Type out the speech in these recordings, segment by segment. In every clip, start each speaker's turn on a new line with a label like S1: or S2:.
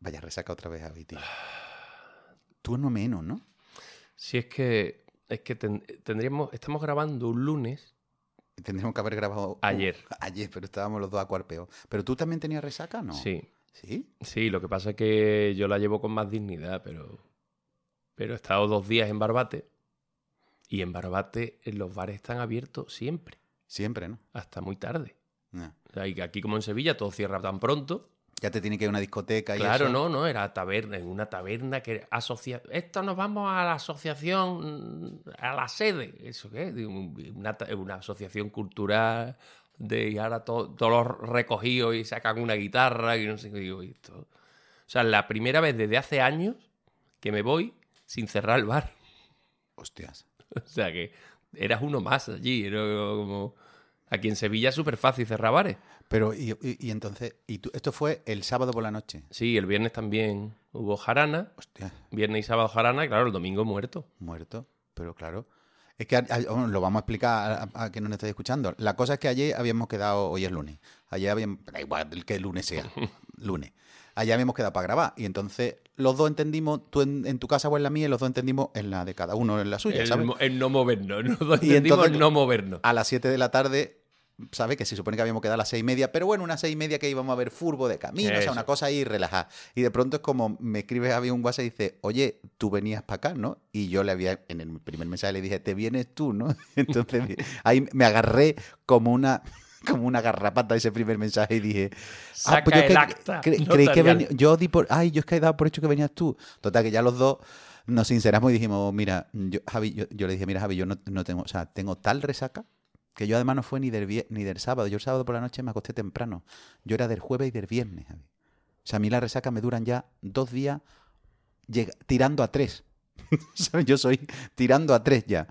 S1: Vaya, resaca otra vez a hoy, tío. Tú no menos, ¿no?
S2: Si es que es que ten- tendríamos, estamos grabando un lunes.
S1: Tendríamos que haber grabado.
S2: Ayer.
S1: ayer, pero estábamos los dos a cuarpeo. ¿Pero tú también tenías resaca, no?
S2: Sí,
S1: ¿Sí?
S2: sí. Lo que pasa es que yo la llevo con más dignidad, pero pero he estado dos días en Barbate y en Barbate eh, los bares están abiertos siempre,
S1: Siempre, ¿no?
S2: hasta muy tarde.
S1: No.
S2: O sea, y aquí como en Sevilla todo cierra tan pronto.
S1: Ya te tiene que ir a una discoteca y
S2: Claro,
S1: eso.
S2: no, no, era taberna, en una taberna que asocia... Esto nos vamos a la asociación, mm, a la sede, ¿eso qué? es? Digo, Una, ta- una asociación cultural de y ahora to- todos los recogidos y sacan una guitarra y no sé qué digo, y esto. O sea, la primera vez desde hace años que me voy sin cerrar el bar.
S1: Hostias.
S2: O sea que eras uno más allí, era como... Aquí en Sevilla es súper fácil cerrar bares.
S1: Pero, y, y- y entonces, y tú- esto fue el sábado por la noche. Ah.
S2: Sí, el viernes también hubo jarana.
S1: Hostias,
S2: Viernes y sábado jarana, y claro, el domingo muerto.
S1: muerto. Pero claro. Es que a- a- bueno, lo vamos a explicar a, a que no nos estáis escuchando. La cosa es que ayer habíamos quedado, hoy es lunes. Ayer habíamos, da igual el que lunes sea, lunes. Ayer habíamos quedado para grabar. Y entonces los dos entendimos, tú en, en tu casa o en la mía, y los dos entendimos en la de cada uno, en la suya,
S2: el,
S1: ¿sabes?
S2: mo- el no movernos. Nosotros
S1: Y
S2: entendimos
S1: entonces-
S2: no movernos.
S1: a las 7 de la tarde, ¿sabes? Que se supone que habíamos quedado a las 6 y media, pero bueno, unas 6 y media que íbamos a ver furbo de camino, o sea,
S2: Eso.
S1: una cosa ahí relajada. Y de pronto es como me escribe Javi un WhatsApp y dice, oye, tú venías para acá, ¿no? Y yo le había, en el primer mensaje le dije, te vienes tú, ¿no? Entonces me- ahí me agarré como una como una garrapata a ese primer mensaje y dije
S2: Saca
S1: pues yo
S2: el
S1: cre-
S2: acta
S1: cre- creí que
S2: notarial.
S1: venía- yo di por ay yo es que he dado por hecho que venías tú total que ya los dos nos sinceramos y dijimos mira yo, Javi yo, yo le dije mira Javi yo no, no tengo o sea tengo tal resaca que yo además no fue ni del vie- ni del sábado yo el sábado por la noche me acosté temprano yo era del jueves y del viernes Javi o sea a mí las resacas me duran ya dos días llega- tirando a tres ¿Sabes? yo soy tirando a tres ya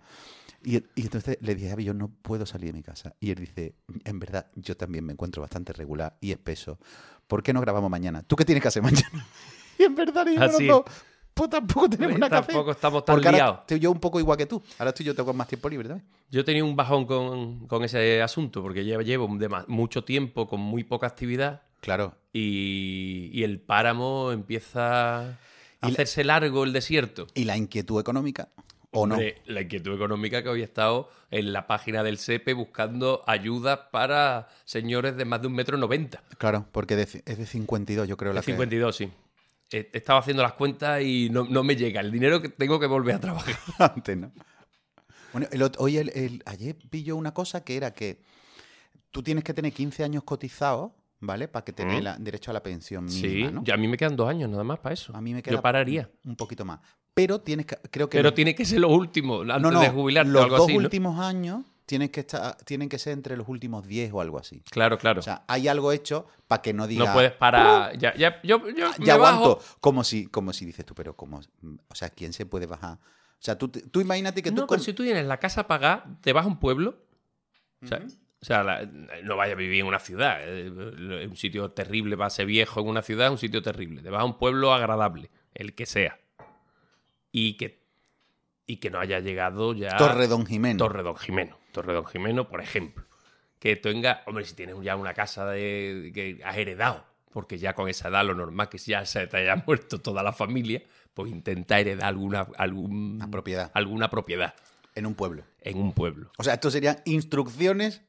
S1: y, y entonces le dije, Javi, yo no puedo salir de mi casa. Y él dice, en verdad, yo también me encuentro bastante regular y espeso. ¿Por qué no grabamos mañana? ¿Tú qué tienes que hacer mañana? Y en verdad, le digo,
S2: Así
S1: "No, pues tampoco tenemos nada que hacer.
S2: Ah, Tampoco estamos tan
S1: Porque
S2: liados.
S1: ahora estoy yo un poco igual que tú. Ahora tú y yo tengo más tiempo libre también.
S2: Yo tenía un bajón con, con ese asunto, porque ya llevo dema- mucho tiempo con muy poca actividad
S1: Claro.
S2: y, y el páramo empieza a
S1: Y la-
S2: hacerse largo el desierto.
S1: ¿Y la inquietud económica? ¿O
S2: Hombre, La inquietud económica que había estado en la página del SEPE buscando ayudas para señores de más de un metro noventa.
S1: no? Claro, porque de ci- es de 52, yo creo. La
S2: El
S1: que-
S2: 52, sí. He- he estado haciendo las cuentas y no, no me llega. El dinero que tengo que volver a trabajar.
S1: antes, ¿no? Bueno, el ot- hoy el- el- ayer vi yo una cosa que era que tú tienes que tener 15 años cotizados, ¿vale? Para que te dé
S2: Mm.
S1: la- derecho a la pensión
S2: Sí,
S1: mínima, ¿no?
S2: yo- a mí me quedan dos años nada más para eso.
S1: A mí me queda
S2: Yo pararía.
S1: un poquito más. Pero tienes que, creo que
S2: Pero
S1: los-
S2: tiene que ser lo último, antes de jubilarte
S1: los
S2: o algo
S1: dos
S2: así. ¿no?
S1: últimos años tienen que estar tienen que ser entre los últimos 10 o algo así.
S2: Claro, claro.
S1: O sea, hay algo hecho para que no diga
S2: no puedes parar. Ya, ya, yo, yo
S1: "Ah,
S2: me
S1: ya
S2: bajo".
S1: aguanto, como si como si dices tú, pero como o sea, ¿quién se puede bajar? O sea, tú, te- tú imagínate que tú
S2: No,
S1: con-
S2: pero si tú tienes la casa pagada, te vas a un pueblo. O sea, o sea, la- no vayas a vivir en una ciudad. eh, eh, Un sitio terrible, va a ser viejo en una ciudad, es un sitio terrible. Te vas a un pueblo agradable, el que sea. Y que, y que no haya llegado ya.
S1: Torredón Jiménez.
S2: Torredón Jimeno. Torredón Jimeno, por ejemplo. Que tenga, hombre, si tienes ya una casa de, que has heredado, porque ya con esa edad lo normal que ya se te haya muerto toda la familia, pues intenta heredar alguna, algún-
S1: Una propiedad.
S2: alguna propiedad
S1: en un pueblo.
S2: en un pueblo.
S1: O sea, esto serían instrucciones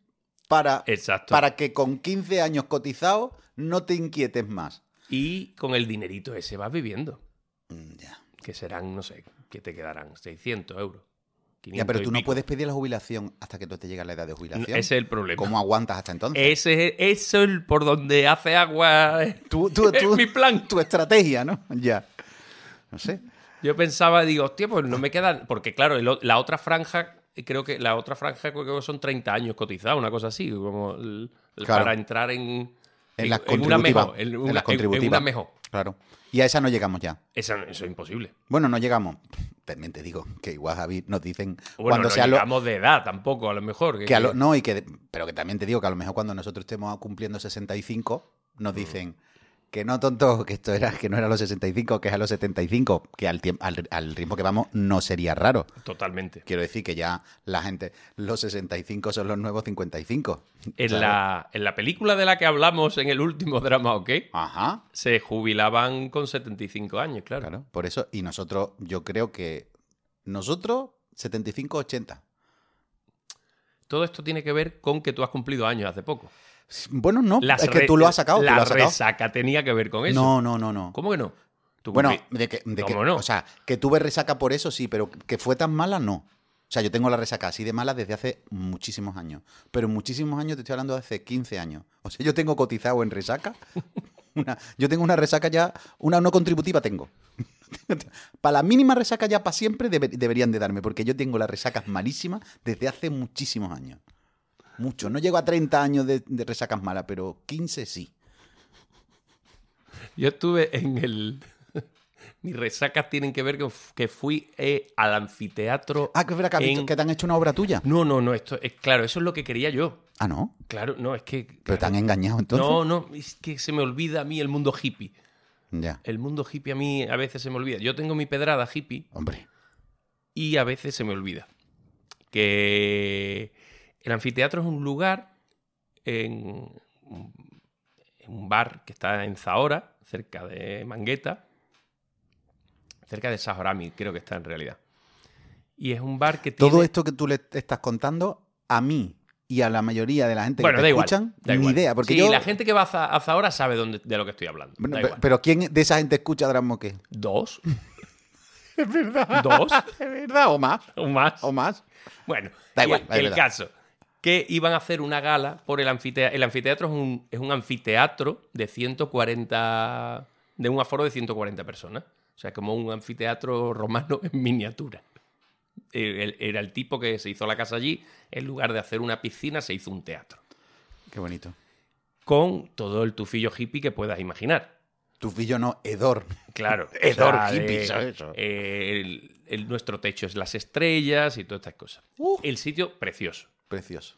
S1: para,
S2: Exacto.
S1: para que con 15 años cotizados no te inquietes más.
S2: Y con el dinerito ese vas viviendo,
S1: Mm, Ya.
S2: que serán, no sé, que te quedarán 600 euros.
S1: Ya, pero
S2: 500 y
S1: tú no
S2: pico.
S1: puedes pedir la jubilación hasta que tú te llegue la edad de
S2: No,
S1: jubilación.
S2: Ese es el problema. Eh,
S1: ¿Cómo aguantas hasta entonces?
S2: Ese es, eso es por donde hace agua. eh,
S1: Tú- tú-
S2: es
S1: tú-
S2: mi plan.
S1: Tu estrategia, ¿no? Ya. No sé.
S2: Yo pensaba, digo, hostia, pues no me quedan. Porque, claro, el o- la otra franja, creo que la otra franja creo que son 30 años cotizados, una cosa así, como el- el-
S1: Claro.
S2: para entrar en.
S1: En las
S2: una
S1: contributivas.
S2: mejor. en
S1: en las
S2: una- en- en
S1: contributivas.
S2: una mejor.
S1: Claro. Y a esa no llegamos ya.
S2: Esa- eso es imposible.
S1: Bueno, no llegamos. También te digo que igual, Javi, nos dicen
S2: Bueno,
S1: cuando
S2: no
S1: sea lo,
S2: llegamos de edad tampoco, a lo mejor. que-
S1: Que a lo- no,
S2: Mm.
S1: y que, pero que también te digo que a lo mejor cuando nosotros estemos cumpliendo 65, nos dicen, Que no, tonto, que esto era, que no era a los 65, que es a los 75, que al, tiemp- al, al ritmo que vamos no sería raro.
S2: Totalmente.
S1: Quiero decir que ya la gente, los 65 son los nuevos 55.
S2: En
S1: ¿sabes?
S2: la, en la película de la que hablamos en el último drama, ¿ok?
S1: Ajá,
S2: Se jubilaban con 75 años, claro.
S1: claro. Por eso, y nosotros, yo creo que nosotros, 75, 80.
S2: Todo esto tiene que ver con que tú has cumplido años hace poco.
S1: Bueno, no,
S2: Las
S1: es que
S2: re-
S1: tú lo has sacado. tú
S2: La
S1: lo has sacado.
S2: resaca tenía que ver con eso.
S1: No, no, no, no.
S2: ¿Cómo que no? Tú
S1: Bueno,
S2: cumpli-
S1: de que, de que-
S2: ¿Cómo no?
S1: o sea, que tuve resaca por eso, sí, pero que fue tan mala, no. O sea, yo tengo la resaca así de mala desde hace muchísimos años. Pero muchísimos años, te estoy hablando de hace 15 años. O sea, yo tengo cotizado en resaca. Una- yo tengo una resaca ya, una no contributiva tengo. para la mínima resaca ya para siempre debe- deberían de darme, porque yo tengo las resacas malísimas desde hace muchísimos años. Mucho. No llego a 30 años de, de resacas malas, pero 15 sí.
S2: Yo estuve en el. Mis resacas tienen que ver con f- que fui eh, al anfiteatro.
S1: Ah, que es verdad que, has visto
S2: en-
S1: que te han hecho una obra tuya.
S2: No, no, no, esto es claro, eso es lo que quería yo.
S1: Ah, no.
S2: Claro, no, es que.
S1: Pero te han
S2: claro,
S1: engañado entonces.
S2: No, no, es que se me olvida a mí el mundo hippie.
S1: Ya,
S2: El mundo hippie a mí a veces se me olvida. Yo tengo mi pedrada hippie
S1: hombre.
S2: y a veces se me olvida. Que el anfiteatro es un lugar en un- en un bar que está en Zahora, cerca de Mangueta, cerca de Sajorami, creo que está en realidad. Y es un bar que tiene...
S1: Todo esto que tú le estás contando, a mí y a la mayoría de la gente
S2: bueno,
S1: que te
S2: da igual,
S1: escuchan,
S2: da
S1: ni
S2: igual.
S1: idea. Porque
S2: Sí,
S1: yo.
S2: la gente que va a, Za- a Zahora sabe dónde- de lo que estoy hablando.
S1: Bueno,
S2: da
S1: pe-
S2: igual.
S1: pero ¿quién de esa gente escucha Dramoque?
S2: Dos,
S1: Es verdad.
S2: dos
S1: Es verdad, o más.
S2: o más.
S1: O más.
S2: Bueno,
S1: Da
S2: y
S1: igual, es
S2: el
S1: verdad.
S2: caso que iban a hacer una gala por el anfiteatro. El anfiteatro es un, es un anfiteatro de 140, de un aforo de 140 personas. O sea, como un anfiteatro romano en miniatura. El- el- Era el tipo que se hizo la casa allí, en lugar de hacer una piscina, se hizo un teatro.
S1: Qué bonito.
S2: Con todo el tufillo hippie que puedas imaginar.
S1: Tu fillo no, Edor.
S2: Claro.
S1: Hedor
S2: o sea,
S1: hippie,
S2: de-
S1: ¿sabes eso?
S2: eh, el- el- nuestro techo es las estrellas y todas estas cosas.
S1: Uh.
S2: El sitio precioso.
S1: Precioso.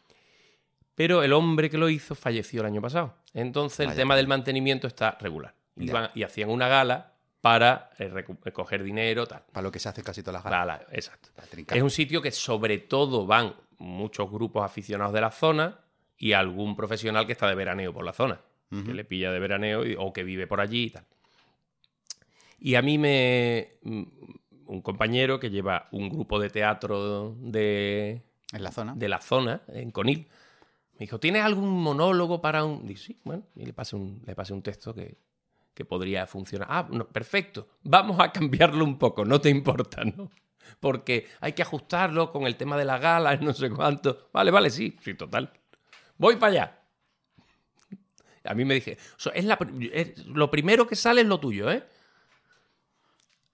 S2: Pero el hombre que lo hizo falleció el año pasado. Entonces el
S1: Vaya.
S2: tema del mantenimiento está regular.
S1: Ya.
S2: Iban- y hacían una gala para eh, recu- recoger dinero, tal.
S1: Para lo que se hace casi todas las galas.
S2: Gala, exacto.
S1: Para trincar.
S2: Es un sitio que sobre todo van muchos grupos aficionados de la zona y algún profesional que está de veraneo por la zona,
S1: Ujú.
S2: que le pilla de veraneo y- o que vive por allí y tal. Y a mí me... mm, Un compañero que lleva un grupo de teatro de,
S1: En la zona.
S2: de la zona, en Conil. Me dijo, ¿tienes algún monólogo para un...? Dije, sí, bueno, y le pasé un, le pasé un texto que, que podría funcionar. Ah, no, perfecto, vamos a cambiarlo un poco, no te importa, ¿no? Porque hay que ajustarlo con el tema de la gala, no sé cuánto. Vale, vale, sí, sí, total. Voy para allá. A mí me dije, o sea, es la pr- es- lo primero que sale es lo tuyo, ¿eh?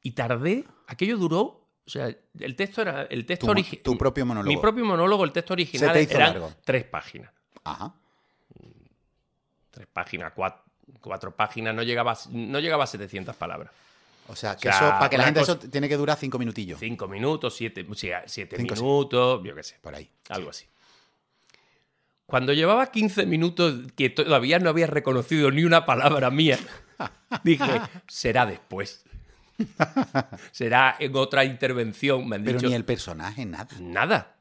S2: Y tardé, aquello duró, o sea, el texto era, el texto
S1: Tu,
S2: original.
S1: tu propio monólogo.
S2: este Mi propio monólogo, el texto original
S1: Se te hizo
S2: eran
S1: largo.
S2: tres páginas.
S1: Ajá.
S2: Tres páginas, cuatro, cuatro páginas, no llegaba, a- no llegaba a 700 palabras.
S1: O sea, que
S2: O sea,
S1: eso, para que la
S2: una
S1: gente,
S2: cosa-
S1: eso tiene que durar cinco minutillos.
S2: Cinco minutos, siete, o sea, siete
S1: Cinco, sí.
S2: minutos, yo qué sé,
S1: Por ahí.
S2: algo así. Cuando llevaba 15 minutos que todavía no había reconocido ni una palabra mía, dije, será después. será en otra intervención, me han
S1: Pero
S2: dicho.
S1: ni el personaje, nada.
S2: Nada,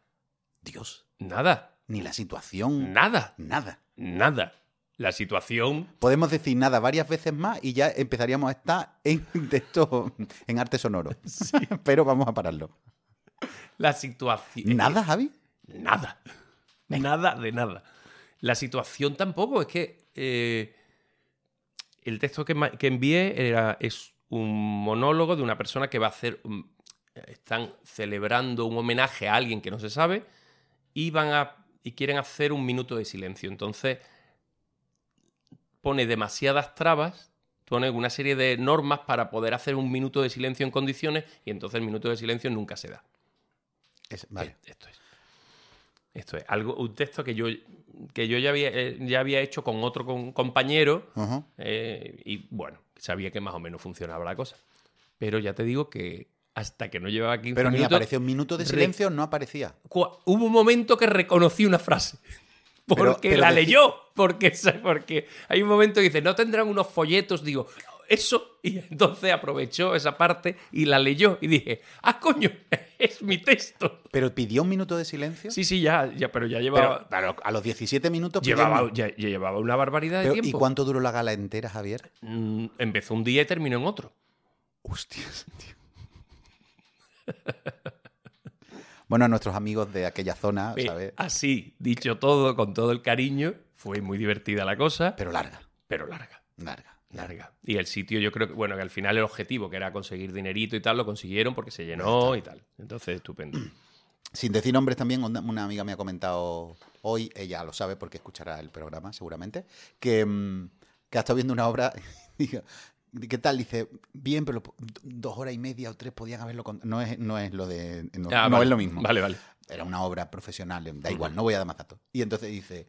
S1: Dios.
S2: nada,
S1: Ni la situación.
S2: nada,
S1: Nada.
S2: nada. La situación
S1: Podemos decir nada varias veces más y ya empezaríamos a estar en texto, en arte sonoro. Pero vamos a pararlo.
S2: La situación.
S1: ¿Nada, Javi?
S2: Nada. Nada de nada. La situación tampoco. Es que eh, el texto que, ma- que envié era, es un monólogo de una persona que va a hacer. un- están celebrando un homenaje a alguien que no se sabe y van a. y quieren hacer un minuto de silencio. Entonces pone demasiadas trabas, pone una serie de normas para poder hacer un minuto de silencio en condiciones y entonces el minuto de silencio nunca se da.
S1: Es- vale.
S2: Eh, Esto es. Esto es algo, un texto que yo, que yo ya, había, eh, ya había hecho con otro con- compañero
S1: Ujú.
S2: eh, y bueno, sabía que más o menos funcionaba la cosa. Pero ya te digo que hasta que no llevaba 15
S1: Pero ni
S2: minutos,
S1: apareció un minuto de silencio, no aparecía.
S2: cua- hubo un momento que reconocí una frase. Porque
S1: pero
S2: la
S1: deci-
S2: leyó. Porque, porque hay un momento que dice, no tendrán unos folletos. Digo, eso. Y entonces aprovechó esa parte y la leyó. Y dije, ah, coño, es mi texto.
S1: Pero pidió un minuto de silencio.
S2: Sí, sí, ya, ya pero ya
S1: Pero,
S2: llevaba,
S1: claro, a los 17 minutos pidió un
S2: llevaba,
S1: minuto.
S2: ya- ya llevaba una barbaridad
S1: Pero,
S2: de
S1: ¿Y
S2: tiempo.
S1: cuánto duró la gala entera, Javier?
S2: Mm, Empezó un día y terminó en otro.
S1: Hostias, tío. Bueno, a nuestros amigos de aquella zona,
S2: Eh,
S1: ¿sabes?
S2: Así, dicho todo, con todo el cariño, fue muy divertida la cosa,
S1: Pero larga,
S2: pero larga,
S1: larga, larga.
S2: larga. Y el sitio, yo creo que, bueno, que al final el objetivo, que era conseguir dinerito y tal, lo consiguieron porque se llenó y tal. Entonces, estupendo.
S1: Sin decir nombres también, onda- una amiga me ha comentado hoy, ella lo sabe porque escuchará el programa seguramente, que, mm, que ha estado viendo una obra y digo, ¿qué tal? Dice, bien, pero po- dos horas y media o tres podían haberlo contado. No es, no es lo de. No,
S2: Ah,
S1: no
S2: vale,
S1: es lo mismo.
S2: Vale, vale.
S1: Era una obra profesional, da igual, no voy a dar más datos. Y entonces dice,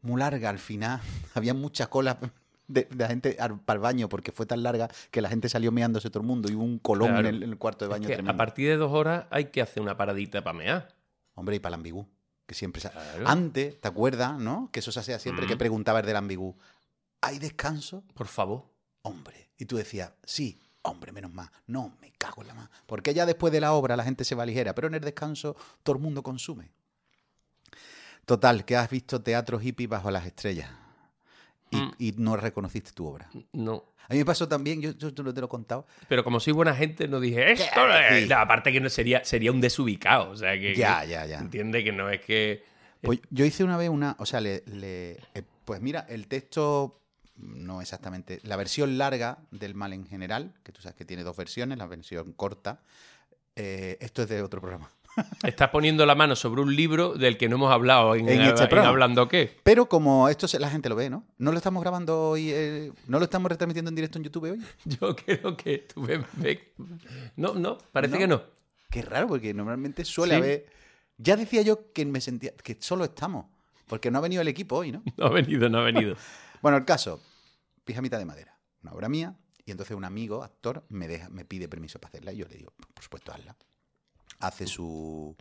S1: muy larga al final, había mucha cola de, de la gente al- para el baño porque fue tan larga que la gente salió meándose todo el mundo y hubo un colón
S2: Claro.
S1: en, el, en el cuarto de baño
S2: Que
S1: tremendo.
S2: a partir de dos horas hay que hacer una paradita para mear.
S1: Hombre, y para el ambigú, que siempre sa-
S2: Claro.
S1: Antes, ¿te acuerdas, no? Que eso se hacía siempre, que
S2: Mm.
S1: preguntabas del ambigú, ¿hay descanso?
S2: Por favor.
S1: Hombre. Y tú decías, sí, hombre, menos mal. No, me cago en la más. Porque ya después de la obra la gente se va ligera, pero en el descanso todo el mundo consume. Total, que has visto teatro hippie bajo las estrellas y,
S2: Mm.
S1: y no reconociste tu obra.
S2: No.
S1: A mí me pasó también, yo, yo te lo- te lo he contado,
S2: Pero como soy buena gente, no dije esto. no
S1: decir?
S2: es-". No, aparte que no sería, sería un desubicado. O sea que.
S1: Ya,
S2: que
S1: ya, ya.
S2: Entiende que no es que.
S1: Pues yo hice una vez una, o sea, le, le- eh, pues mira, el texto, mm, no exactamente, la versión larga del mal en general, que tú sabes que tiene dos versiones, la versión corta, eh, esto es de otro programa.
S2: Estás poniendo la mano sobre un libro del que no hemos hablado en,
S1: En este
S2: en
S1: programa.
S2: Hablando qué.
S1: Pero como esto se- la gente lo ve, ¿no? No lo estamos grabando hoy, eh, no lo estamos retransmitiendo en directo en YouTube hoy.
S2: Yo creo que tú ves- ves- No, no, parece
S1: No.
S2: que no.
S1: Qué raro, porque normalmente suele
S2: Sí.
S1: haber... Ya decía yo que me sentía, que solo estamos, porque no ha venido el equipo hoy, ¿no?
S2: No ha venido, no ha venido.
S1: Bueno, el caso, Pijamita de Madera, una obra mía, y entonces un amigo, actor, me, deja, me pide permiso para hacerla, y yo le digo, por supuesto, hazla. Hace su...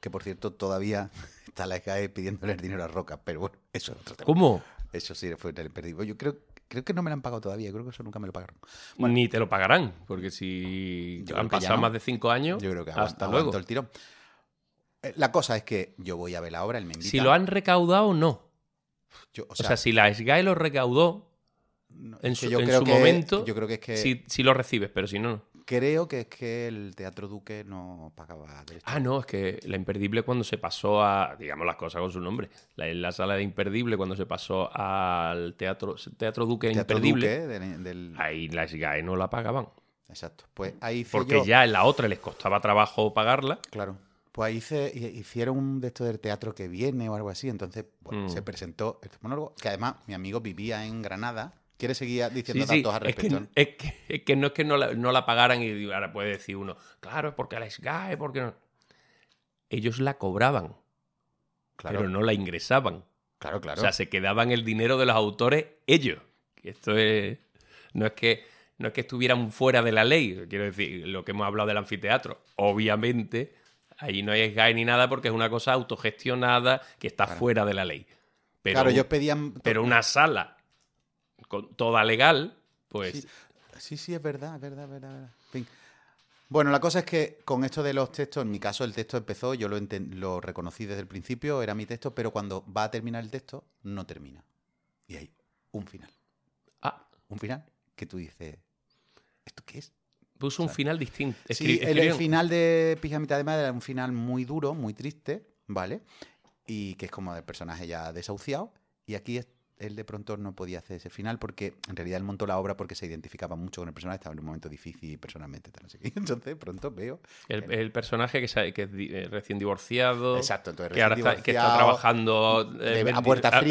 S1: Que por cierto, todavía está la EGAE pidiéndole el dinero a Roca, pero bueno, eso es otro tema.
S2: ¿Cómo?
S1: Eso sí fue el perdido. Yo creo, creo que no me lo han pagado todavía, creo que eso nunca me lo pagaron.
S2: Ni te lo pagarán, porque si
S1: Yo creo
S2: han
S1: que ya
S2: pasado
S1: no.
S2: más de cinco años,
S1: Yo creo que aguanta,
S2: hasta luego.
S1: el tirón. Eh, La cosa es que yo voy a ver la obra, él me invita.
S2: Si lo han recaudado, no.
S1: Yo, o
S2: O sea,
S1: sea,
S2: si la SGAE E lo recaudó,
S1: no,
S2: en
S1: es que
S2: su-
S1: yo
S2: en
S1: creo
S2: su
S1: que-
S2: momento,
S1: Yo creo que es que...
S2: sí, sí lo recibes, pero si no, no.
S1: Creo que es que el Teatro Duque no pagaba derecho.
S2: Ah, no, es que la Imperdible cuando se pasó a, digamos las cosas con su nombre, la, la sala de Imperdible cuando se pasó al Teatro, teatro Duque
S1: Teatro
S2: Imperdible,
S1: Duque, del- del-
S2: ahí la SGAE no la pagaban.
S1: Exacto. Pues ahí hice
S2: Porque
S1: yo-
S2: ya en la otra les costaba trabajo pagarla.
S1: Claro. Pues ahí hice- hi- hicieron un de esto del teatro que viene o algo así. Entonces, bueno,
S2: Mm.
S1: se presentó este monólogo, que además mi amigo vivía en Granada. ¿Quiere seguir
S2: Sí,
S1: diciendo
S2: sí,
S1: datos al
S2: es,
S1: respecto?
S2: que, es, que, es que no es que no la, no la pagaran y digo, ahora puede decir uno, claro, es porque la SGAE, porque no. Ellos la cobraban,
S1: Claro,
S2: pero no la ingresaban.
S1: claro, claro.
S2: O sea, se quedaban el dinero de los autores ellos. Que Esto es. No es que. No es que estuvieran fuera de la ley, quiero decir, lo que hemos hablado del anfiteatro. Obviamente, ahí no hay SGAE ni nada porque es una cosa autogestionada que está fuera de la ley. Pero,
S1: claro, ellos pedían...
S2: pero una sala con toda legal, pues
S1: Sí, sí, sí, es verdad, es verdad, es verdad. es verdad. En fin. Bueno, la cosa es que con esto de los textos, en mi caso el texto empezó, yo lo, enten- lo reconocí desde el principio, era mi texto, pero cuando va a terminar el texto, no termina. Y hay un final.
S2: ah,
S1: Un final que tú dices, ¿esto qué es?
S2: puso un final distinto.
S1: Sí,
S2: Escri-
S1: el, el
S2: escribieron-
S1: final de Pijamita de Madera es un final muy duro, muy triste, ¿vale? Y que es como el personaje ya desahuciado. Y aquí es- él de pronto no podía hacer ese final porque en realidad él montó la obra porque se identificaba mucho con el personaje, estaba en un momento difícil personalmente. Tal, no sé qué. Entonces, de pronto veo.
S2: el, el personaje que, sa- que es di- eh, recién divorciado.
S1: Exacto, entonces
S2: que ahora
S1: recién
S2: está, que está
S1: divorciado,
S2: trabajando eh,
S1: de- a
S2: vendi-
S1: puerta
S2: a-
S1: fría,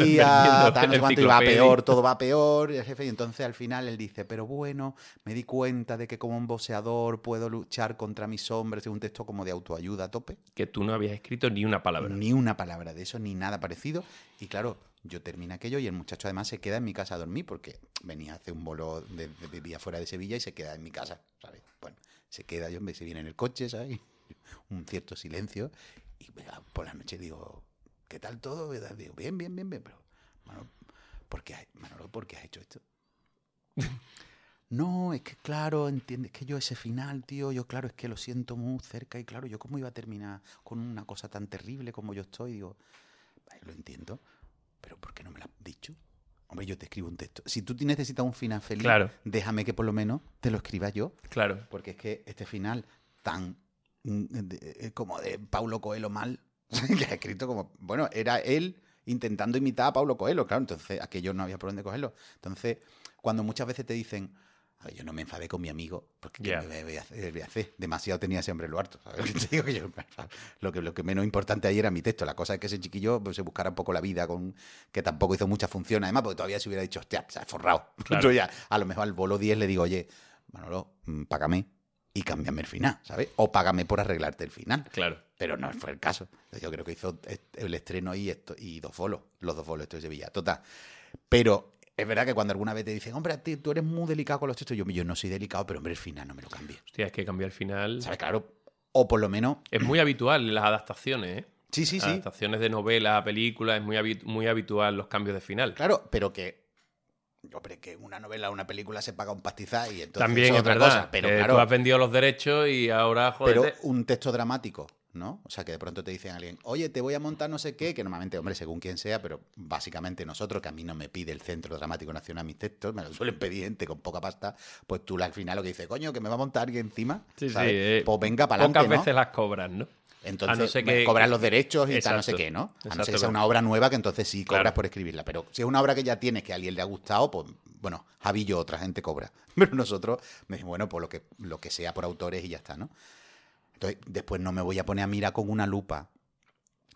S1: tal, no sé
S2: vendiendo
S1: cuánto, y va
S2: enciclopedias.
S1: peor, todo va peor, y el jefe, y entonces al final él dice, pero bueno, me di cuenta de que como un boxeador puedo luchar contra mis hombres, es un texto como de autoayuda a tope,
S2: que tú no habías escrito ni una palabra.
S1: Ni una palabra de eso, ni nada parecido. Y claro, yo termino aquello y el muchacho además se queda en mi casa a dormir porque venía hace un bolo, de, de- vivía fuera de Sevilla y se queda en mi casa, ¿sabes? Bueno, se queda, yo me- se viene en el coche, ¿sabes? Un cierto silencio. Y venga, por la noche digo, ¿Qué tal todo? Y Digo, bien, bien, bien, bien. Pero, Manolo, ¿por qué, ha- Manolo, ¿por qué has hecho esto? No, es que claro, entiendes que yo ese final, tío, yo claro, es que lo siento muy cerca y claro, yo cómo iba a terminar con una cosa tan terrible como yo estoy, digo, vale, lo entiendo, pero ¿por qué no me lo has dicho? Hombre, yo te escribo un texto. Si tú necesitas un final feliz,
S2: Claro.
S1: déjame que por lo menos te lo escriba yo,
S2: Claro.
S1: porque es que este final tan mm, de- eh, como de Paulo Coelho mal, que ha escrito como, bueno, era él intentando imitar a Paulo Coelho, claro, entonces aquello no había por dónde cogerlo. Entonces, cuando muchas veces te dicen, "Ay, yo no me enfadé con mi amigo, porque ¿qué
S2: Ya.
S1: me voy a hacer? voy a hacer? Demasiado tenía ese hombre lo harto. ¿sabes? Te digo que yo- lo, que, lo que menos importante ahí era mi texto. La cosa es que ese chiquillo pues, se buscara un poco la vida, con que tampoco hizo mucha función, además, porque todavía se hubiera dicho, hostia, se ha forrado.
S2: Claro.
S1: Yo ya, a lo mejor al bolo 10 le digo, oye, Manolo, mm, págame y cámbiame el final, ¿sabes? O págame por arreglarte el final.
S2: Claro.
S1: Pero no fue el caso. Yo creo que hizo est- el estreno y, esto, y dos bolos, los dos bolos esto de Sevilla, total. Pero es verdad que cuando alguna vez te dicen, hombre, a ti, tú eres muy delicado con los textos, yo, yo no soy delicado, pero hombre, el final no me lo cambies.
S2: Hostia, es que cambiar el final.
S1: ¿Sabes? Claro. O por lo menos.
S2: Es muy habitual en las adaptaciones, ¿eh?
S1: Sí, sí, sí.
S2: Adaptaciones de novelas a películas, es muy, habi- muy habitual los cambios de final.
S1: Claro, pero que. Hombre, que una novela, una película se paga un pastizal y entonces.
S2: También
S1: eso
S2: es
S1: otra
S2: verdad.
S1: cosa, Pero
S2: que
S1: claro.
S2: Tú has vendido los derechos y ahora, joder.
S1: pero
S2: te-
S1: un texto dramático, ¿no? O sea, que de pronto te dicen a alguien, oye, te voy a montar no sé qué, que normalmente, hombre, según quien sea, pero básicamente nosotros, que a mí no me pide el Centro Dramático Nacional mis textos, me lo suelen pedir gente con poca pasta, pues tú al final lo que dices, coño, que me va a montar alguien encima,
S2: Sí, sí,
S1: ¿sabes?
S2: eh,
S1: pues venga para
S2: Pocas
S1: adelante, ¿no?
S2: veces las cobras, ¿no?
S1: Entonces
S2: A no ser
S1: me
S2: que-
S1: cobras los derechos y tal, no sé
S2: Exacto.
S1: qué, ¿no? A no ser
S2: Exacto,
S1: que sea
S2: claro.
S1: una obra nueva que entonces sí cobras
S2: Claro.
S1: por escribirla. Pero si es una obra que ya tienes, que a alguien le ha gustado, pues bueno, Javi y yo, otra gente cobra. Pero nosotros, me dicen, bueno, por lo que, lo que sea por autores y ya está, ¿no? Entonces después no me voy a poner a mirar con una lupa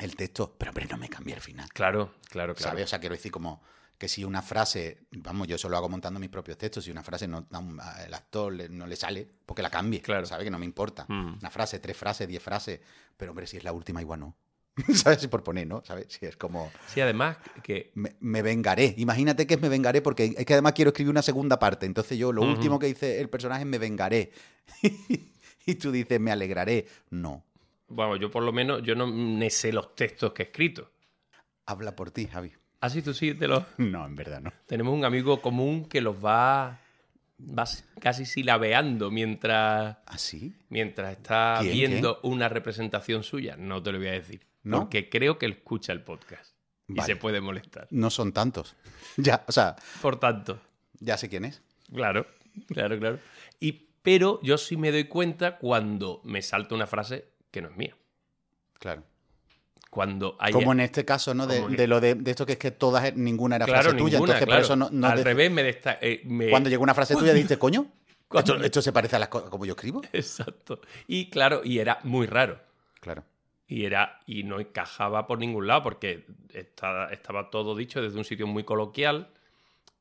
S1: el texto, pero hombre, no me cambie el final.
S2: Claro, claro, claro.
S1: ¿Sabes? O sea, quiero decir como que si una frase, vamos, yo solo hago montando mis propios textos, si una frase no a un- a- el actor le- no le sale, porque la cambie,
S2: Claro.
S1: ¿sabes? Que no me importa.
S2: Mm.
S1: Una frase, tres frases, diez frases, pero hombre, si es la última, igual no. ¿Sabes? Si por poner, ¿no? ¿Sabes? Si es como,
S2: Sí, además que.
S1: me, me vengaré. Imagínate que es me vengaré, porque es que además quiero escribir una segunda parte. Entonces yo, lo
S2: Ujú.
S1: último que dice el personaje es me vengaré. y tú dices, me alegraré. No.
S2: Bueno, yo por lo menos yo no me sé los textos que he escrito.
S1: Habla por ti, Javi.
S2: Así tú sí te los.
S1: No, en verdad no.
S2: Tenemos un amigo común que los va, va s- casi silabeando mientras,
S1: ¿Así?
S2: mientras está
S1: ¿Quién?
S2: viendo una representación suya. No te lo voy a decir.
S1: ¿No?
S2: Porque creo que él escucha el podcast y
S1: Vale.
S2: se puede molestar.
S1: No son tantos. ya, o sea,
S2: Por tanto,
S1: ya sé quién es.
S2: claro, claro, claro. Y, pero yo sí me doy cuenta cuando me salta una frase que no es mía.
S1: Claro.
S2: Cuando hay.
S1: Como en este caso, ¿no? De,
S2: Como en-
S1: de lo de, de esto que es que todas, ninguna era
S2: claro,
S1: frase tuya.
S2: ninguna,
S1: entonces,
S2: claro.
S1: por eso no, no
S2: Al
S1: dec-
S2: revés, me, desta- eh, me-
S1: Cuando llegó una frase tuya, dijiste, coño,
S2: Cuando-
S1: esto, esto se parece a las cosas como yo escribo.
S2: Exacto. Y claro, y era muy raro.
S1: Claro.
S2: Y, era, y no encajaba por ningún lado porque estaba, estaba todo dicho desde un sitio muy coloquial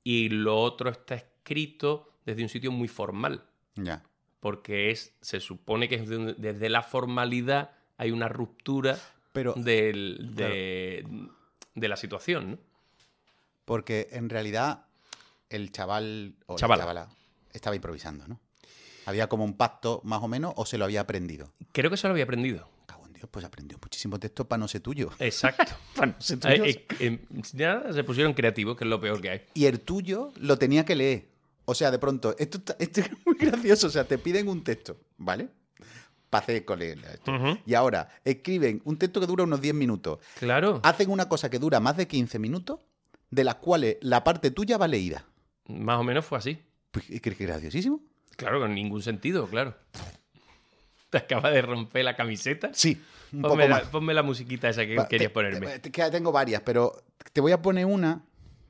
S2: y lo otro está escrito desde un sitio muy formal.
S1: Ya.
S2: Porque es, se supone que es de- desde la formalidad hay una ruptura
S1: Pero
S2: del- de, de la situación, ¿no?
S1: porque en realidad el chaval o la
S2: Chavala.
S1: chavala estaba improvisando, ¿no? Había como un pacto más o menos o se lo había aprendido.
S2: Creo que eso lo había aprendido.
S1: Cago en Dios, pues aprendió muchísimo texto para no ser tuyo.
S2: Exacto.
S1: Para no ser tuyo.
S2: Eh, eh, eh, ya se pusieron creativos, que es lo peor que hay.
S1: y el tuyo lo tenía que leer. O sea, de pronto, esto, está- esto es muy gracioso. O sea, te piden un texto, ¿vale? Para hacer con él esto.
S2: Ujú.
S1: Y ahora, escriben un texto que dura unos 10 minutos.
S2: Claro.
S1: Hacen una cosa que dura más de 15 minutos, de las cuales la parte tuya va leída.
S2: Más o menos fue así.
S1: Pues, ¿Crees que es graciosísimo?
S2: Claro, con ningún sentido, claro. Te acaba de romper la camiseta.
S1: Sí, un poco
S2: Ponme la,
S1: más.
S2: ponme la musiquita esa que
S1: Va,
S2: querías
S1: te-
S2: eh, ponerme.
S1: te- que tengo varias, pero te voy a poner una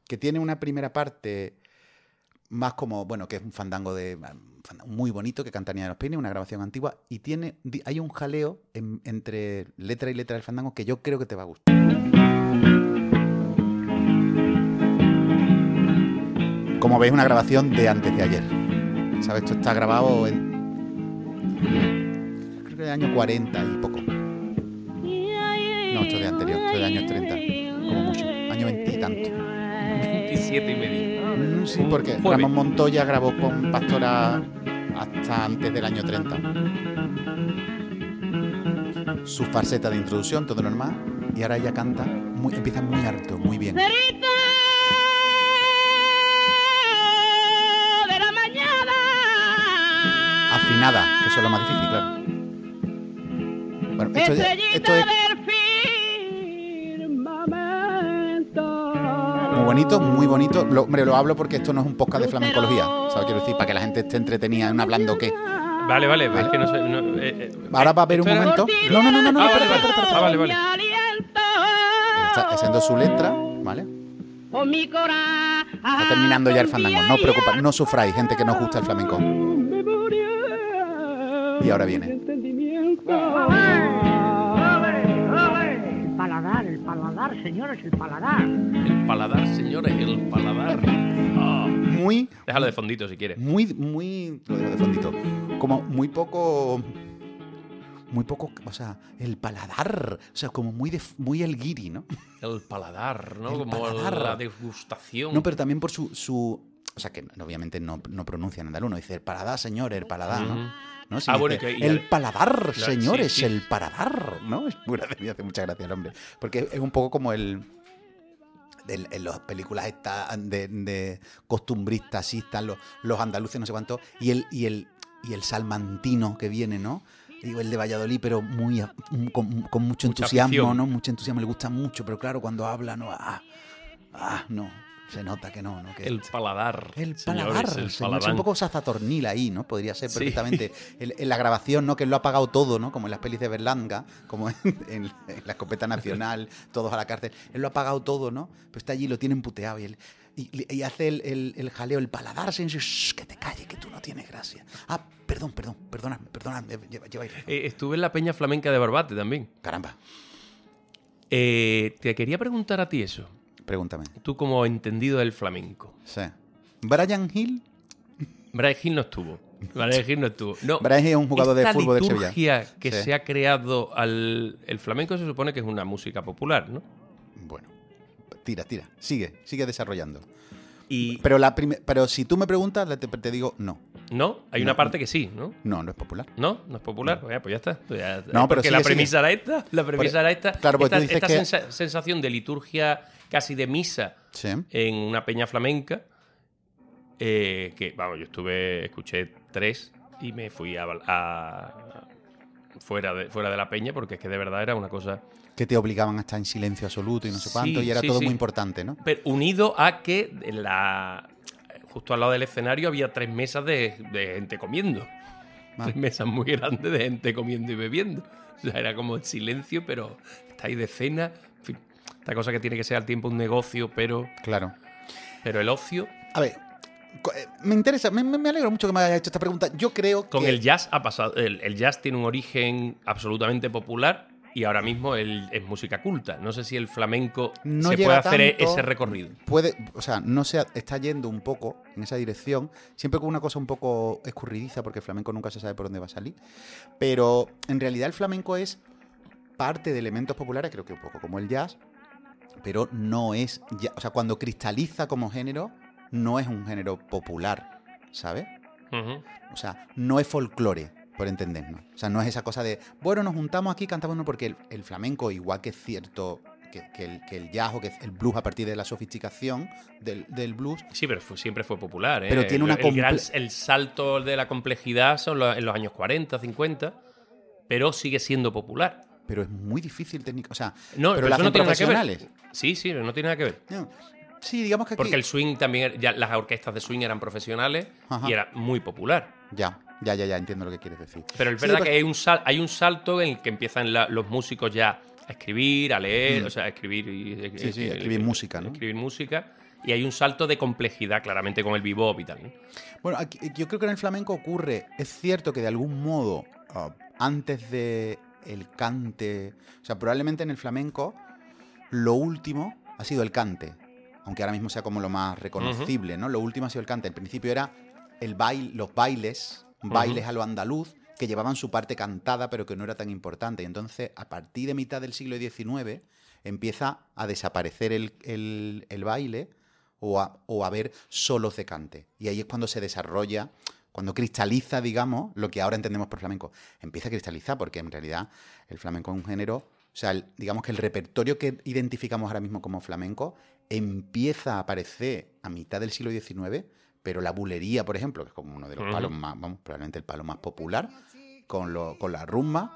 S1: que tiene una primera parte más como, bueno, que es un fandango de ah, un fandango muy bonito que cantaría de los Pines, una grabación antigua, y tiene di- hay un jaleo en- entre letra y letra del fandango que yo creo que te va a gustar. Como veis, una grabación de antes de ayer. ¿Sabes? Esto está grabado en. Creo que del año 40 y poco.
S3: No, esto es de anterior, esto es de años 30, como mucho, año 20 y tanto.
S2: 27 y medio.
S1: Mm, Sí, porque
S2: Jueves.
S1: Ramón Montoya grabó con Pastora hasta antes del año 30. Su farseta de introducción, todo normal, y ahora ella canta muy, empieza muy alto, muy bien.
S3: Cerita de la mañana.
S1: Afinada, que eso es lo más difícil, claro. Bueno, esto, ya- esto
S3: Estrellita
S1: es
S3: del firmamento.
S1: muy bonito, muy bonito. Lo- hombre, lo hablo porque esto no es un podcast de flamencología. ¿Sabes? Quiero decir, para que la gente esté entretenida en hablando que.
S2: Vale, vale, es que no sé. no, eh, eh,
S1: Ahora va a haber un
S2: ¿esto era?
S1: momento. No, no, no, no, no,
S2: Ah,
S1: espera,
S2: vale,
S1: espera, espera,
S2: Ah,
S1: espera.
S2: vale, vale.
S1: Está haciendo su letra, ¿vale?
S3: O Oh, mi corazón.
S1: Está terminando ya el fandango. No preocupa, no sufráis, gente que no os gusta el flamenco. Y ahora viene.
S4: El paladar, el paladar, señores, el paladar.
S2: El paladar, señores, el paladar. Ah,
S1: Muy,
S2: déjalo de fondito si quieres.
S1: muy, muy. Lo dejo de fondito. Como muy poco. Muy poco. O sea, el paladar. O sea, como muy, de, muy el guiri, ¿no?
S2: El paladar, ¿no?
S1: El
S2: Como
S1: paladar.
S2: la degustación.
S1: No, pero también por su. su o sea, que obviamente no, no pronuncian andaluno. Dice el paladar, señor, el paladar, ¿no?
S2: Ujú.
S1: ¿no? Si
S2: Ah,
S1: dice,
S2: bueno, y que- y
S1: el
S2: al-
S1: paladar,
S2: sí,
S1: señores,
S2: sí.
S1: el paladar, ¿no? Es muy gracioso, me hace mucha gracia el hombre. Porque es un poco como el... del- en las películas estas de, de costumbristas, así están los, los andaluces, no sé cuánto, y el, y, el, y el salmantino que viene, ¿no? Digo, el de Valladolid, pero muy a- con, con mucho
S2: Mucha
S1: entusiasmo,
S2: afición.
S1: ¿no? Mucho entusiasmo, le gusta mucho, pero claro, cuando habla, no, ah, ah, no, se nota que no, ¿no? Que,
S2: El paladar.
S1: el
S2: señores,
S1: paladar,
S2: el
S1: señor.
S2: paladar.
S1: Es un poco sazatornil ahí, ¿no? Podría ser
S2: Sí.
S1: perfectamente. El- en la grabación, ¿no? Que lo ha pagado todo, ¿no? Como en las pelis de Berlanga, como en, en- en la escopeta nacional, todos a la cárcel. Él lo ha pagado todo, ¿no? Pero está allí, lo tienen puteado y él. Y, y hace el, el- el jaleo, el paladar, señor, shh, que te calles, que tú no tienes gracia. Ah, perdón, perdón, perdóname, perdóname, lleva- lleváis razón.
S2: Eh, estuve en la Peña Flamenca de Barbate también.
S1: Caramba,
S2: Eh, te quería preguntar a ti eso.
S1: pregúntame.
S2: Tú como entendido del flamenco.
S1: Sí. Brian Hill,
S2: Brian Hill no estuvo. Brian Hill no estuvo. No,
S1: Brian Hill es un jugador de
S2: esta
S1: fútbol del Sevilla.
S2: liturgia que
S1: Sí.
S2: se ha creado al... El flamenco se supone que es una música popular, ¿no?
S1: Bueno, tira, tira, sigue, sigue desarrollando.
S2: Y...
S1: Pero, la prime- pero si tú me preguntas, la- te, te digo no.
S2: ¿No? Hay
S1: No.
S2: una parte que sí, ¿no?
S1: No, no es popular.
S2: ¿No? ¿No es popular? Pues, ya, pues ya está. Pues ya-
S1: No, pero
S2: porque
S1: sigue,
S2: la
S1: sigue.
S2: premisa era esta. La premisa era esta.
S1: claro, porque
S2: esta,
S1: tú dices
S2: esta
S1: que-
S2: sensa- sensación de liturgia casi de misa
S1: Sí.
S2: en una peña flamenca. eh, que, vamos, yo estuve, escuché tres y me fui a, a- fuera, de, fuera de la peña porque es que de verdad era una cosa.
S1: Que te obligaban a estar en silencio absoluto y no sé
S2: Sí,
S1: cuánto, y era
S2: sí,
S1: todo
S2: sí.
S1: muy importante, ¿no?
S2: Pero unido a que en la, justo al lado del escenario había tres mesas de, de gente comiendo.
S1: Ah.
S2: Tres mesas muy grandes de gente comiendo y bebiendo. O sea, era como el silencio, pero está ahí de cena. En fin, esta cosa que tiene que ser al tiempo un negocio, pero,
S1: Claro.
S2: pero el ocio.
S1: A ver, co- eh, me interesa, me, me- me alegro mucho que me hayas hecho esta pregunta. Yo creo
S2: Con
S1: que.
S2: el jazz ha pasado. El, el jazz tiene un origen absolutamente popular y ahora mismo el- es música culta. No sé si el flamenco
S1: No
S2: se puede
S1: llega
S2: hacer e-
S1: tanto.
S2: ese recorrido.
S1: Puede, o sea, no se está yendo un poco en esa dirección, siempre con una cosa un poco escurridiza, porque el flamenco nunca se sabe por dónde va a salir. Pero en realidad el flamenco es parte de elementos populares, creo que un poco como el jazz, pero no es, ya- o sea, cuando cristaliza como género, no es un género popular, ¿sabes?
S2: Ujú.
S1: O sea, no es folclore, por entendernos. O sea, no es esa cosa de, bueno, nos juntamos aquí, cantamos uno, porque el, el flamenco, igual que es cierto que, que el, que el jazz o que el blues a partir de la sofisticación del, del blues,
S2: Sí, pero fue- siempre fue popular. ¿eh?
S1: Pero tiene
S2: El-
S1: una
S2: el, gran-
S1: comple-
S2: el salto de la complejidad son los- en los años 40, 50, pero sigue siendo popular.
S1: pero es muy difícil técnico. O sea,
S2: No,
S1: pero lo
S2: pero eso
S1: hacen
S2: no tiene nada que
S1: profesionales.
S2: ver. Sí, sí, no tiene nada que ver.
S1: No. Sí, digamos que aquí...
S2: Porque el swing también, ya las orquestas de swing eran profesionales
S1: Ajá.
S2: y era muy popular.
S1: Ya, ya, ya, ya, entiendo lo que quieres decir.
S2: Pero es
S1: Sí,
S2: verdad
S1: pues-
S2: que hay un, sal- hay un salto en el que empiezan la- los músicos ya a escribir, a leer, o sea, a escribir y e-
S1: Mm. Sí, sí,
S2: e-
S1: escribir
S2: e-
S1: música, ¿no?
S2: Escribir música. Y hay un salto de complejidad, claramente, con el bebop y tal. ¿no?
S1: Bueno, aquí- yo creo que en el flamenco ocurre, es cierto que de algún modo, ah, antes de el cante, o sea, probablemente en el flamenco lo último ha sido el cante, aunque ahora mismo sea como lo más reconocible, ¿no? Lo último ha sido el cante, al principio era el baile, los bailes, bailes a lo andaluz, que llevaban su parte cantada, pero que no era tan importante. Y entonces, a partir de mitad del siglo XIX, empieza a desaparecer el, el- el baile o a, o a ver solos de cante. Y ahí es cuando se desarrolla, cuando cristaliza, digamos, lo que ahora entendemos por flamenco. Empieza a cristalizar porque en realidad el flamenco es un género O sea, el- digamos que el repertorio que identificamos ahora mismo como flamenco empieza a aparecer a mitad del siglo XIX, pero la bulería, por ejemplo, que es como uno de los
S2: Ujú.
S1: palos más, vamos, probablemente el palo más popular, con, lo- con la rumba,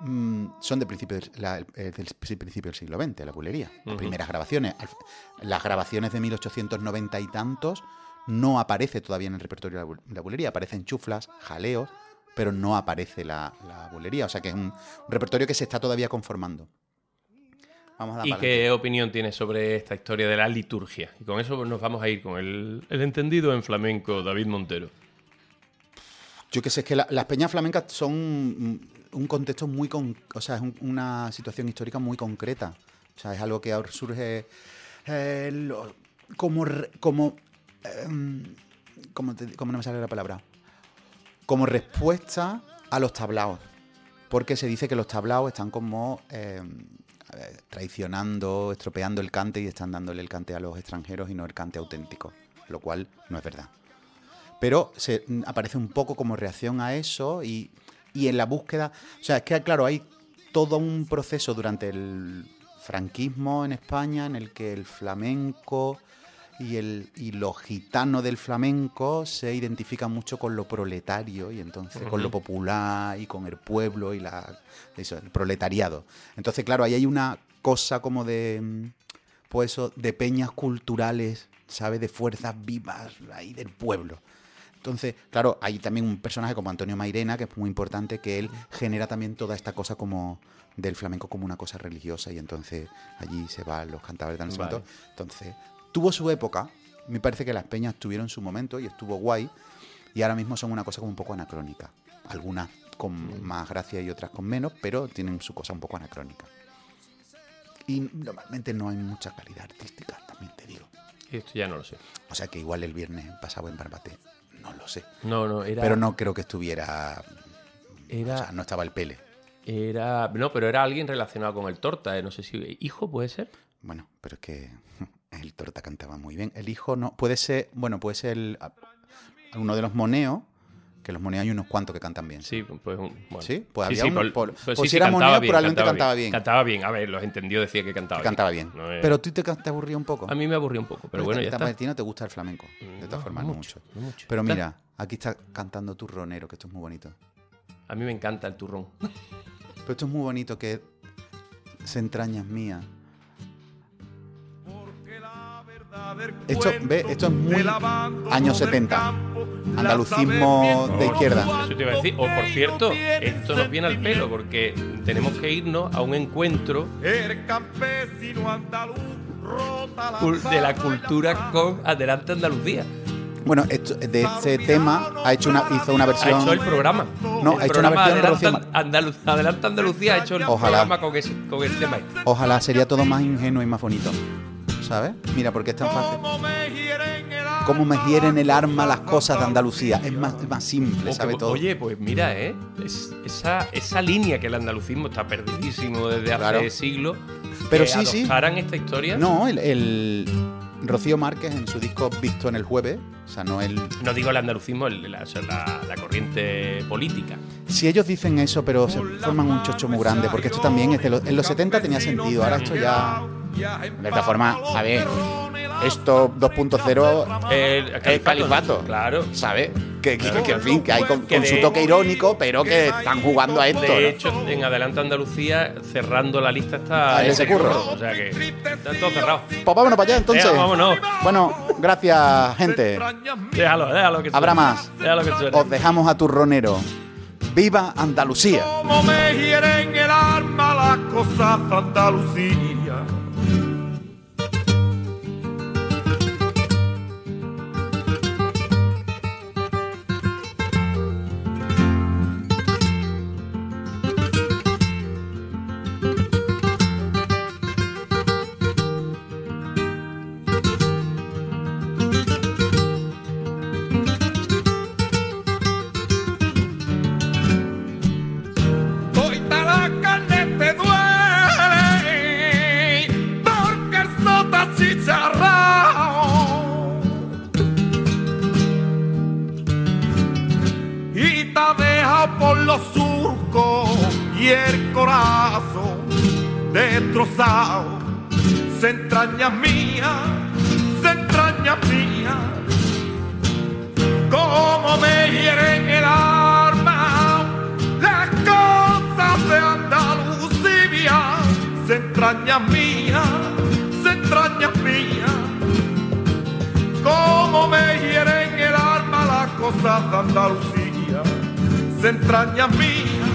S1: mm, son de principios, la- eh, del si- principio del siglo XX, la bulería. Las
S2: Ujú.
S1: primeras grabaciones. Al- Las grabaciones de 1890 y tantos no aparece todavía en el repertorio la, bu- la bulería. Aparecen chuflas, jaleos, pero no aparece la, la bulería. O sea que es un, un repertorio que se está todavía conformando. Vamos a dar
S2: ¿Y
S1: pa'lante.
S2: qué opinión tienes sobre esta historia de la liturgia? Y con eso nos vamos a ir con el, el entendido en flamenco, David Montero.
S1: Yo que sé, es que la- las peñas flamencas son un- un contexto muy. con- o sea, es un- una situación histórica muy concreta. O sea, es algo que ahora surge eh, lo- como. re- como em, ¿cómo te- cómo no me sale la palabra? Como respuesta a los tablaos. Porque se dice que los tablaos están como em, eh, traicionando, estropeando el cante y están dándole el cante a los extranjeros y no el cante auténtico. Lo cual no es verdad pero se, mm, aparece un poco como reacción a eso y, y en la búsqueda. O sea, es que, claro, hay todo un proceso durante el franquismo en España en el que el flamenco y, el, y los gitanos del flamenco se identifican mucho con lo proletario y entonces con lo
S2: Ujú.
S1: popular y con el pueblo y la, eso, el proletariado. Entonces, claro, ahí hay una cosa como de. mm, Pues eso, de peñas culturales, ¿sabes? De fuerzas vivas ahí del pueblo. Entonces, claro, hay también un personaje como Antonio Mairena, que es muy importante, que él genera también toda esta cosa como del flamenco como una cosa religiosa, y entonces allí se van los cantabres tan
S2: Vale.
S1: santos. Entonces, tuvo su época, me parece que las peñas tuvieron su momento y estuvo guay, y ahora mismo son una cosa como un poco anacrónica. Algunas con más gracia y otras con menos, pero tienen su cosa un poco anacrónica. Y normalmente no hay mucha calidad artística, también te digo.
S2: Y Esto ya no lo sé.
S1: O sea que igual el viernes pasado en Barbate, no lo sé.
S2: No, no, era. Ah.
S1: Pero no creo que estuviera.
S2: Era-
S1: O sea, no estaba el Pele.
S2: Era. No, pero era alguien relacionado con el torta. eh, No sé si. ¿Hijo puede ser?
S1: Bueno, pero es que el Torta cantaba muy bien. El hijo no. Puede ser. Bueno, puede ser el- uno de los moneos. Que los moneos hay unos cuantos que cantan bien.
S2: Sí, pues un. bueno.
S1: Sí, pues había un- por-
S2: pues
S1: pues
S2: sí,
S1: si
S2: sí,
S1: era
S2: cantaba
S1: Moneo,
S2: bien,
S1: probablemente
S2: cantaba
S1: cantaba
S2: bien.
S1: bien.
S2: Cantaba bien, a ver, los entendió, decía que cantaba
S1: Que
S2: bien.
S1: cantaba bien.
S2: No es-
S1: Pero tú te, te aburría un poco.
S2: A mí me aburrió un poco, pero bueno, ya
S1: A
S2: está. Mm,
S1: ti no te gusta el flamenco. De todas
S2: No,
S1: formas,
S2: no
S1: no
S2: mucho,
S1: mucho.
S2: no mucho.
S1: Pero
S2: Está-
S1: mira, aquí está cantando Turronero, que esto es muy bonito.
S2: A mí me encanta el turrón.
S1: Pero esto es muy bonito que se entrañas mías. Esto, ve, esto es muy años 70. Andalucismo de izquierda.
S2: Eso te iba a decir. O por cierto, esto nos viene al pelo porque tenemos que irnos a un encuentro
S5: El campesino andaluz rota la
S2: cul- de la cultura con Adelante Andalucía.
S1: Bueno, esto- de este tema ha hecho una, hizo una
S2: Ha
S1: versión.
S2: hecho el programa.
S1: No, ha
S2: el
S1: hecho una
S2: programa
S1: versión
S2: Adelante,
S1: Rocío
S2: Andalu- Adelante Andalucía ha hecho el
S1: Ojalá.
S2: programa con ese, con ese tema. este.
S1: Ojalá sería todo más ingenuo y más bonito. ¿Sabes? Mira, porque es tan fácil.
S5: Como me hieren el
S1: Cómo me
S5: alma
S1: hieren el arma las
S5: la
S1: cosas de Andalucía. Es más, más simple,
S2: O
S1: ¿sabes
S2: que-
S1: todo?
S2: Oye, pues mira, ¿eh? Es- esa, esa línea que el andalucismo está perdidísimo desde hace
S1: Claro.
S2: siglos.
S1: Pero
S2: que
S1: sí, sí.
S2: adoptaran esta historia.
S1: No, el, el- Rocío Márquez en su disco Visto en el Jueves, o sea, no el
S2: No digo el andalucismo, el- la, o sea, la- la corriente política.
S1: Si ellos dicen eso, pero se forman un chocho muy grande, porque esto también es de los, en los 70 tenía sentido, ahora esto ya...
S5: De
S1: cierta forma, a ver, Esto 2.0,
S5: Ah,
S2: El,
S1: El califato.
S2: Claro.
S1: ¿sabes? Que, que,
S2: Claro.
S1: que, en fin, que hay con,
S2: Que
S1: con
S2: de-
S1: su toque irónico, pero que están jugando a esto. ¿no?
S2: De hecho, en Adelante Andalucía, cerrando la lista está
S1: Ah, el
S2: ese
S1: curro.
S2: curro. O sea que está todo cerrado.
S1: Pues vámonos para allá entonces.
S2: Venga, vámonos.
S1: Bueno, gracias gente.
S2: Déjalo, déjalo que suene.
S1: Habrá más.
S2: Déjalo que suene.
S1: Os dejamos a turronero. ¡Viva Andalucía!
S5: Como me hieren el alma las cosas de Andalucía. Toda la carne te duele porque el sota chicharrao y te deja por los surcos y el corazón destrozado. Se entraña mía, se entraña mía. Como me hieren el alma las cosas de Andalucía. Se entraña mía, se entraña mía como me hieren el alma las cosas de Andalucía, se entraña mía,